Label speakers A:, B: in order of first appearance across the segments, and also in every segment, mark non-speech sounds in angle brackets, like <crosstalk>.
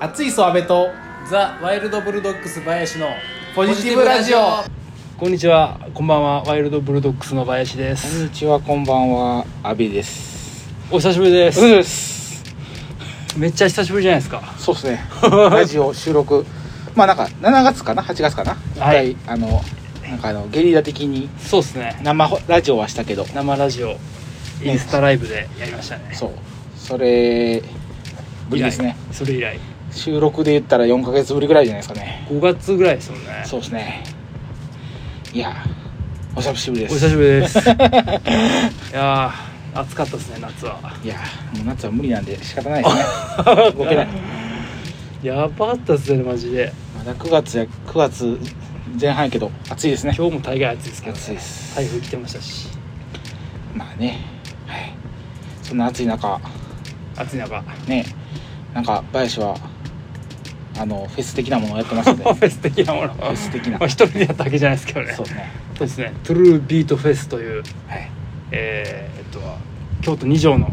A: 熱いそ阿部と
B: ザ・ワイルド・ブルドッグス林の
A: ポジティブラジオ
B: こんにちはこんばんはワイルド・ブルドッグスの林で
C: こん
B: す
C: にちは、こんばんは、阿部です。
B: お久しぶりです
C: うです。
B: めっちゃ久しぶりじゃないですか
C: そう
B: <laughs>
C: ですね。ラジオ収録、まあなんか7月かな、8月かな。一
B: は
C: 回、
B: い
C: あのなんかあのゲリラ的に
B: そうですね
C: 生ほラジオはしたけど、
B: 生ラジオインスタライブでやりましたね
C: そう、それぶりですね。
B: 以来それ以来
C: 収録で言ったら4ヶ月ぶりぐらいじゃないですかね。
B: 5月ぐらいですもんね
C: そうですね。いやー、お久しぶりで
B: お久
C: す。
B: しぶり
C: <laughs>
B: ですいやー暑かったですね夏はい
C: やー、もう夏は無理なんで仕方ないですね。
B: <laughs>
C: 動けない。
B: やばかったですねマジで
C: まだ9月や9月前半やけど暑いですね。
B: 今日も大概暑いですけど、ね、
C: 暑いです。
B: 台風来てましたし
C: まあね、はい、そんな暑い中
B: 暑い中
C: ねなんか林はあのフェス的なものをやってます
B: <laughs>
C: ので
B: フェス的なもの
C: フェス的な
B: まあ、一人でやったわけじゃないですけどね
C: そ
B: そう
C: うね
B: ですねトゥルービートフェスという
C: はい、
B: えーえっと京都2条の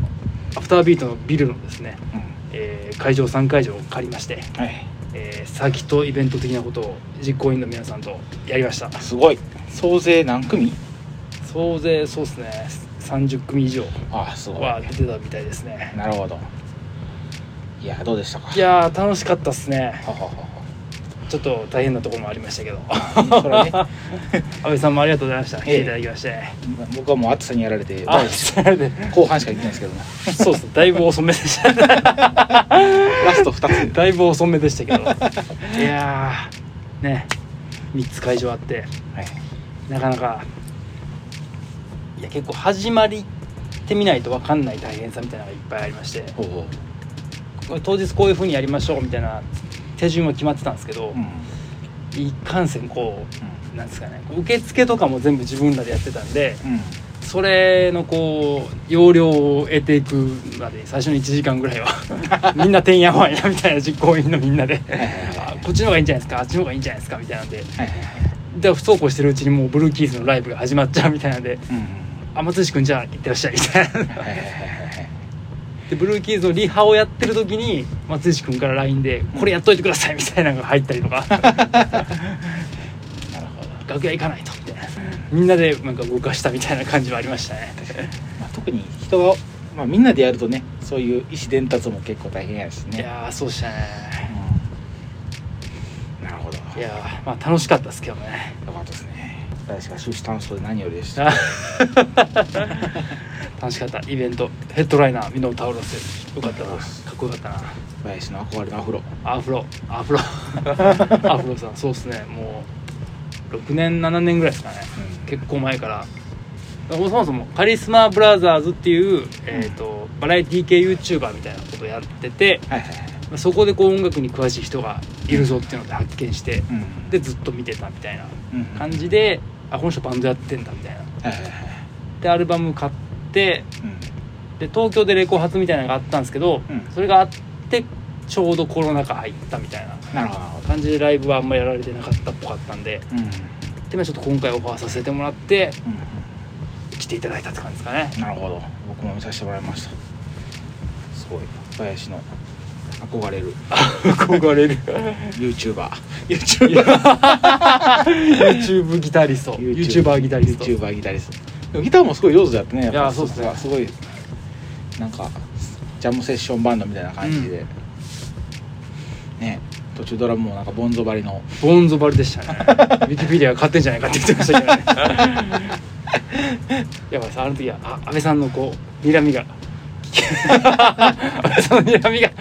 B: アフタービートのビルのですね、
C: うん
B: えー会場3会場を借りまして、
C: はい、
B: えーサーキットイベント的なことを実行委員の皆さんとやりました
C: すごい総勢何組
B: 総勢そうですね30組以上
C: ああすごい
B: は出てたみたいですね
C: なるほどいやどうでしたか
B: いやー楽しかったっすね
C: ははは
B: ちょっと大変なところもありましたけど
C: はそれはね
B: <laughs>
C: <laughs>
B: 安倍さんもありがとうございました来
C: ええ
B: ていただきまして
C: 僕はもう暑さにやられて
B: あそうですね
C: 後半しか行ってないですけどね
B: <laughs> そうですねだいぶ遅めでしたね
C: ラスト2つ
B: <laughs> だいぶ遅めでしたけどいやーね3つ会場あって
C: はい
B: なかなかいや結構始まりってみないと分かんない大変さみたいなのがいっぱいありまして
C: ほうほ
B: これ当日こういう風にやりましょうみたいな手順は決まってたんですけど、
C: う、うん
B: いかんせんこうなんですかね受付とかも全部自分らでやってたんで
C: うん、
B: それのこう要領を得ていくまでに最初の1時間ぐらいはみんなてんやわんやみたいな実行委員のみんなであこっちの方がいいんじゃないですかあっちの方がいいんじゃないですかみたいなんで
C: はいはいはい
B: で不走行してるうちにもうブルーキーズのライブが始まっちゃうみたいなんで
C: うんうん
B: 「あ松く君じゃあ行ってらっしゃい」みたいな
C: はいはいはいはいはい
B: でブルーキーズのリハをやってる時に松く君から LINE で「これやっといてください」みたいなのが入ったりとか
C: なるほど
B: 楽屋行かないとみたいなみんなでなんか動かしたみたいな感じはありましたね
C: まあ、特に人が、まあ、みんなでやるとねそういう意思伝達も結構大変やし
B: い
C: ね
B: やーそうでしたね
C: うんなるほどよ
B: いやーまあ楽しかったですけどね <laughs>
C: かったですね私が終始楽しそうで何よりでした
B: あ楽しかったイベントヘッドライナーミノタウロスよかったなかっこよかったな
C: 林の憧れのアフロ
B: アフロア <laughs> フロアフロさんそうですねもう6年7年ぐらいですかね、
C: うん
B: 結構前からもうそもそもカリスマブラザーズっていう、えー、とバラエティ系 YouTuber みたいなことやってて
C: はいはいはい
B: そこでこう音楽に詳しい人がいるぞっていうので発見して
C: うん
B: でずっと見てたみたいな
C: うん
B: 感じであこの人バンドやってんだみたいな
C: はいはいはい
B: でアルバム買って
C: うん
B: で東京でレコ発みたいなのがあったんですけど、
C: うん
B: それがあってちょうどコロナ禍入ったみたい
C: な
B: な
C: るほどなるほど
B: 感じでライブはあんまやられてなかったっぽかったんで
C: うん
B: でまあちょっと今回オファーさせてもらって来ていただいたって感じですかね
C: うんなるほど僕も見させてもらいましたすごい林の憧れる
B: 憧 <laughs> れる <laughs>
C: YouTuberYouTuber
B: YouTube ギタリスト YouTuber ギタリスト
C: YouTuber ギタリストでもギターもすごい上手だったねやっぱ
B: いやそうっすね
C: すごいなんかジャムセッションバンドみたいな感じで、ね途中ドラムもなんかボンゾバリの
B: ボンゾバルでしたねウィキペディアが勝手んじゃないかって言ってましたけどね
C: <laughs>
B: やっぱさあの時はあ安倍さんのこう睨みが安倍さんの睨みが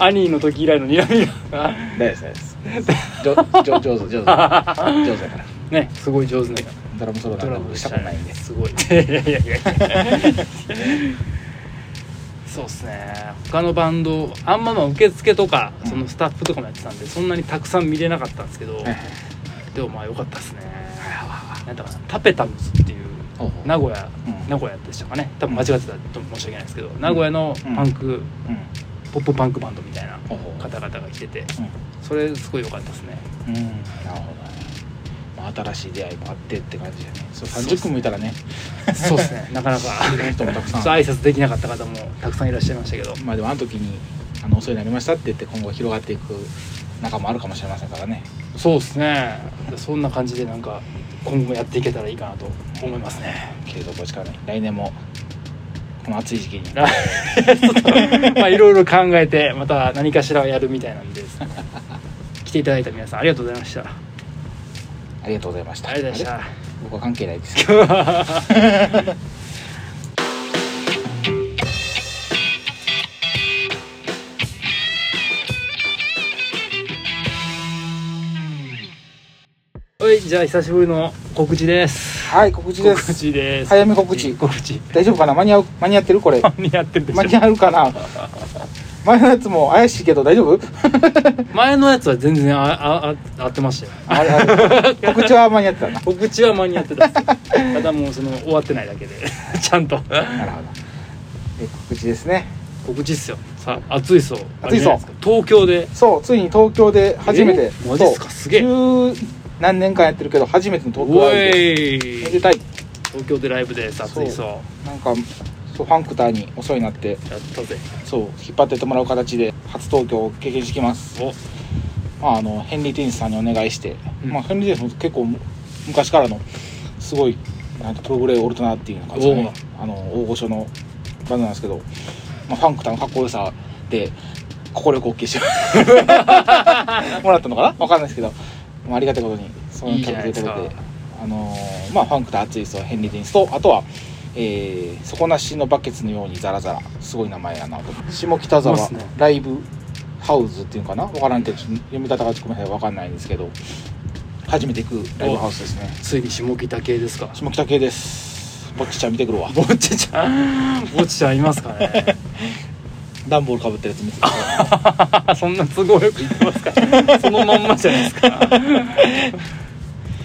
B: 兄の時以来の睨みが
C: 大丈夫です大丈夫です上上手上手上手だから
B: ねすごい上手な
C: ドラムソロなんか
B: ドラム
C: 僕
B: で
C: し
B: したた
C: ことないんで
B: ねすごいいやいやいやいやそうっすね他のバンドあんままあ受付とか
C: うん
B: そのスタッフとかもやってたんでそんなにたくさん見れなかったんですけど、
C: はいはい
B: でもまあ良かったですねなんだかなタペタムスっていう
C: ほうほう
B: 名古屋、
C: うん
B: 名古屋でしたかね多分間違ってたと申し訳ないですけど、名古屋のパンク、
C: うん
B: ポップパンクバンドみたいな
C: ほうほう
B: 方々が来ててそれすごい良かったですね
C: うん、うん、なるほどね、まあ、新しい出会いもあってって感じだねそう
B: そうっす
C: 30組もいたらね
B: そう <laughs> ですねなかなか
C: 知らん人もたく
B: ち
C: さ
B: ょっ
C: ん
B: と挨拶できなかった方もたくさんいらっしゃいましたけど
C: まあでもあの時にあの遅いなりましたって言って今後広がっていく中もあるかもしれませんからね
B: そうですねそんな感じでなんか今後やっていけたらいいかなと思います
C: <laughs>
B: ね <laughs>
C: 継続を力に来年もこの暑い時期に
B: ちょっとまあいろいろ考えてまた何かしらやるみたいなんで来ていただいた皆さんありがとうございましたあ
C: ありがとうございました
B: りがとうござい
C: あ
B: ま
C: れ
B: し
C: 僕は関係ないです
B: <laughs>
C: けど
B: たはいじゃあ久しぶりの告知です
C: はい告知です
B: 告知です
C: 早め告知
B: 告知
C: 大丈夫かな間に合う間に合ってるこ
B: <laughs>
C: れ
B: 間に合ってるでしょ
C: 間に合うか
B: <laughs>
C: な前のやつも怪しいけど大丈夫
B: 前のやつは全然あああ合ってましたよ
C: <laughs> あれあれ告知は間に合ってた
B: <laughs>
C: な
B: 告知は間に合
C: <laughs>
B: ってたんですけどただもうその終わってないだけで <laughs> ちゃんと
C: なるほどで告知ですね
B: 告知っすよさあ暑いそう
C: 暑いそう
B: 東京で
C: そうついに東京で初めて、
B: えーマジっすか
C: そう
B: すげえ
C: 十何年間やってるけど初めての東京ラ
B: お
C: イブで
B: い
C: めでたい
B: 東京でライブです暑いそう
C: なんかそうファンクターにお世話になって
B: やったぜ
C: そう引っ張ってってもらう形で初東京を経験してきます、
B: お
C: まあ、あのヘンリー・テニスさんにお願いして、
B: うん
C: まあ、ヘンリー・テニスも結構む昔からのすごいなんかプログレーオルタナっていうのかな、ね、あの大御所のバンドなんですけど、まあ、ファンクターのかっこよさで快く OK して <laughs> もらったのかなわかんないですけど、まあ、ありがたいことにその
B: いいじゃ
C: 曲
B: ない
C: でい
B: です
C: た
B: か
C: だいてあのーまあ、ファンクター熱いそうヘンリー・テニスとあとはえー底なしのバケツのようにザラザラすごい名前やなと下北
B: そう
C: 沢
B: っすね
C: ライブハウスっていうのかなわからんけどちょっと読み方がごめんなさいわかんないんですけど初めて行くライブハウスですね
B: ついに下北系で
C: <laughs>
B: すか
C: 下北系ですぼっちちゃん見てくるわ
B: ぼっちちゃんぼっちちゃんいますかね
C: ダンボールかぶってるやつ見てくるわ
B: そんな都合よく言って <laughs> ますかそのまんまじゃないですか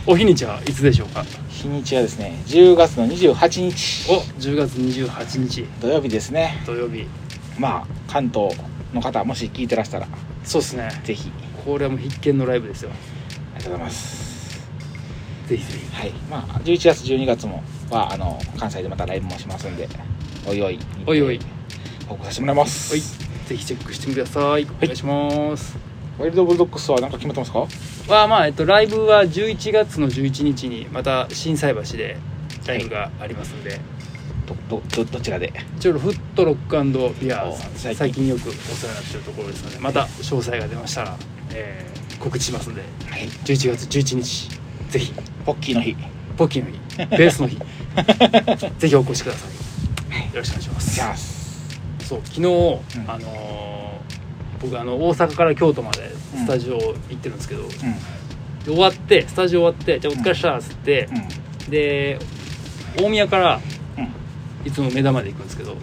B: お日にちはいつでしょうか
C: 日にちはですね10月の28日
B: お10月28日
C: 土曜日ですね
B: 土曜日
C: まあ関東の方もし聞いてらしたら
B: そうですね
C: ぜひ
B: これはもう必見のライブですよ
C: ありがとうございます
B: ぜひぜひ
C: はいまあ11月12月もはあの関西でまたライブもしますんでおいおい
B: おいおい
C: 報告させてもらいます
B: はいぜひチェックしてくださいお願いします、
C: ワイルドブルドックスは何か決まってますか
B: はまあえっとライブは11月の11日にまた心斎橋でライブがありますんで、
C: どどどどちらで
B: ちょうどフットロックビアーズさん
C: お最近
B: 最近よくお世話になってるところですのでまた詳細が出ましたら、えー告知しますんで
C: はい
B: 11月11日ぜひ
C: ポッキーの日
B: ポッキーの日 <laughs> ベースの日ぜひお越しくださいよろしくお願いします
C: じゃあ
B: そう昨日、あのー僕あの大阪から京都までスタジオ行ってるんですけど、で終わってスタジオ終わって「じゃあお疲れっした」っつって
C: うん、うん
B: で大宮から
C: うん
B: いつも目玉で行くんですけど
C: うん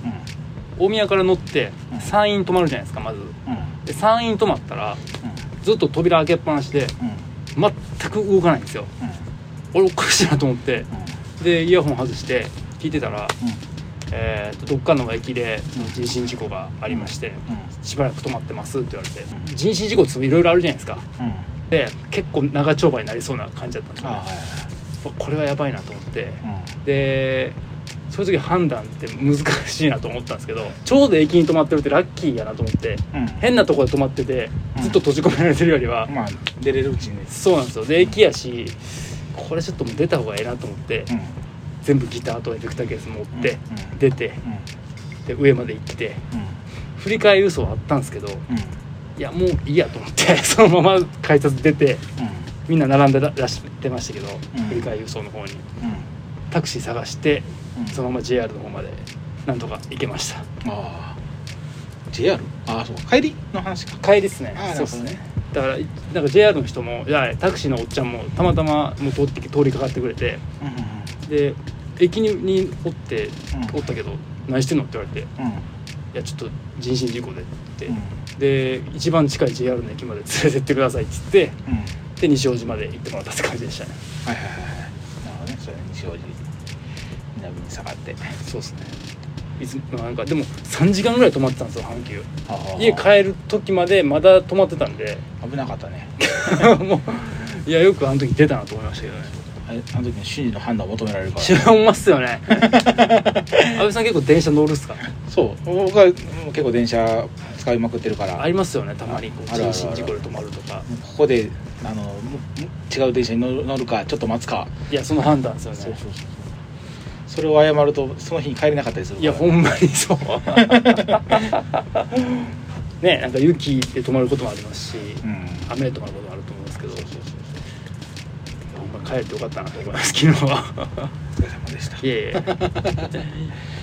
B: 大宮から乗って
C: うん
B: 山陰泊まるじゃないですかまず
C: うん
B: で山陰泊まったらずっと扉開けっぱなしで
C: うん
B: 全く動かないんですよ俺おかしいなと思ってでイヤホン外して聞いてたら、えーとどっかの駅でその人身事故がありまして、しばらく止まってますって言われて、
C: うん
B: 人身事故っていろいろあるじゃないですか
C: うん
B: で結構長丁場になりそうな感じだったんですよ
C: あ
B: ねこれはやばいなと思って
C: あはい
B: でそういう時判断って難しいなと思ったんですけどちょうど駅に止まってるってラッキーやなと思って
C: うんうん
B: 変なとこで止まってて
C: うん
B: ずっと閉じ込められてるよりは、
C: まあ出れるうちにです
B: そうなんですよで駅やしこれちょっともう出た方がええなと思って、
C: うん
B: 全部ギターとエフェクターケース持って、
C: うん
B: 出て
C: うん
B: で上まで行って
C: う
B: 振り返り嘘はあったんですけど
C: んうん
B: いやもういいやと思って <laughs> そのまま改札出てみんな並んでららしてましたけど、
C: うん
B: 振り返り嘘の方に
C: うん
B: タクシー探して
C: うん
B: そのまま JR の方までなんとか行けました
C: ああ JR ああそう帰りの話か
B: 帰りですね
C: ああ
B: そうです
C: な
B: ね
C: る
B: だからなんか JR の人もいやタクシーのおっちゃんもたまたまもう通ってき通りかかってくれて
C: うんうん
B: で駅ににおって
C: うん
B: おったけど何してんのって言われて
C: うん
B: 「いやちょっと人身事故で」って、
C: うん
B: で一番近い JR の駅まで連れてってくださいって言っ
C: う
B: て
C: ん
B: で西大路まで行ってもらったって感じでしたね
C: はいはいはいはいなるほどねそれ西大路南に下がって
B: そうですねいつなんかでも3時間ぐらい泊まってたんですよ阪急家
C: 家
B: 帰る時までまだ
C: <laughs>
B: 泊まってたんで
C: 危なかったね
B: もういやよくあの時出たなと思いましたけどね
C: あれあの時の瞬時の判断を求められるから
B: 違います
C: <laughs>
B: よね安倍さん結構電車乗るっすか
C: そう僕はうん結構電車使いまくってるから
B: ありますよねたまにこう
C: あるあるある
B: 人身事故で止まるとか
C: ここであのむ違う電車に乗る乗るかちょっと待つか
B: いやその判断ですよね
C: そうそれを謝るとその日に帰れなかったりする
B: いやほ
C: ん
B: んまに
C: <laughs>
B: そうねなんか雪で止まることもありますし
C: うん
B: 雨で止まることもあると思うんですけどほんま帰ってよかったなと思います昨日は
C: お疲れ様でした
B: いえいえ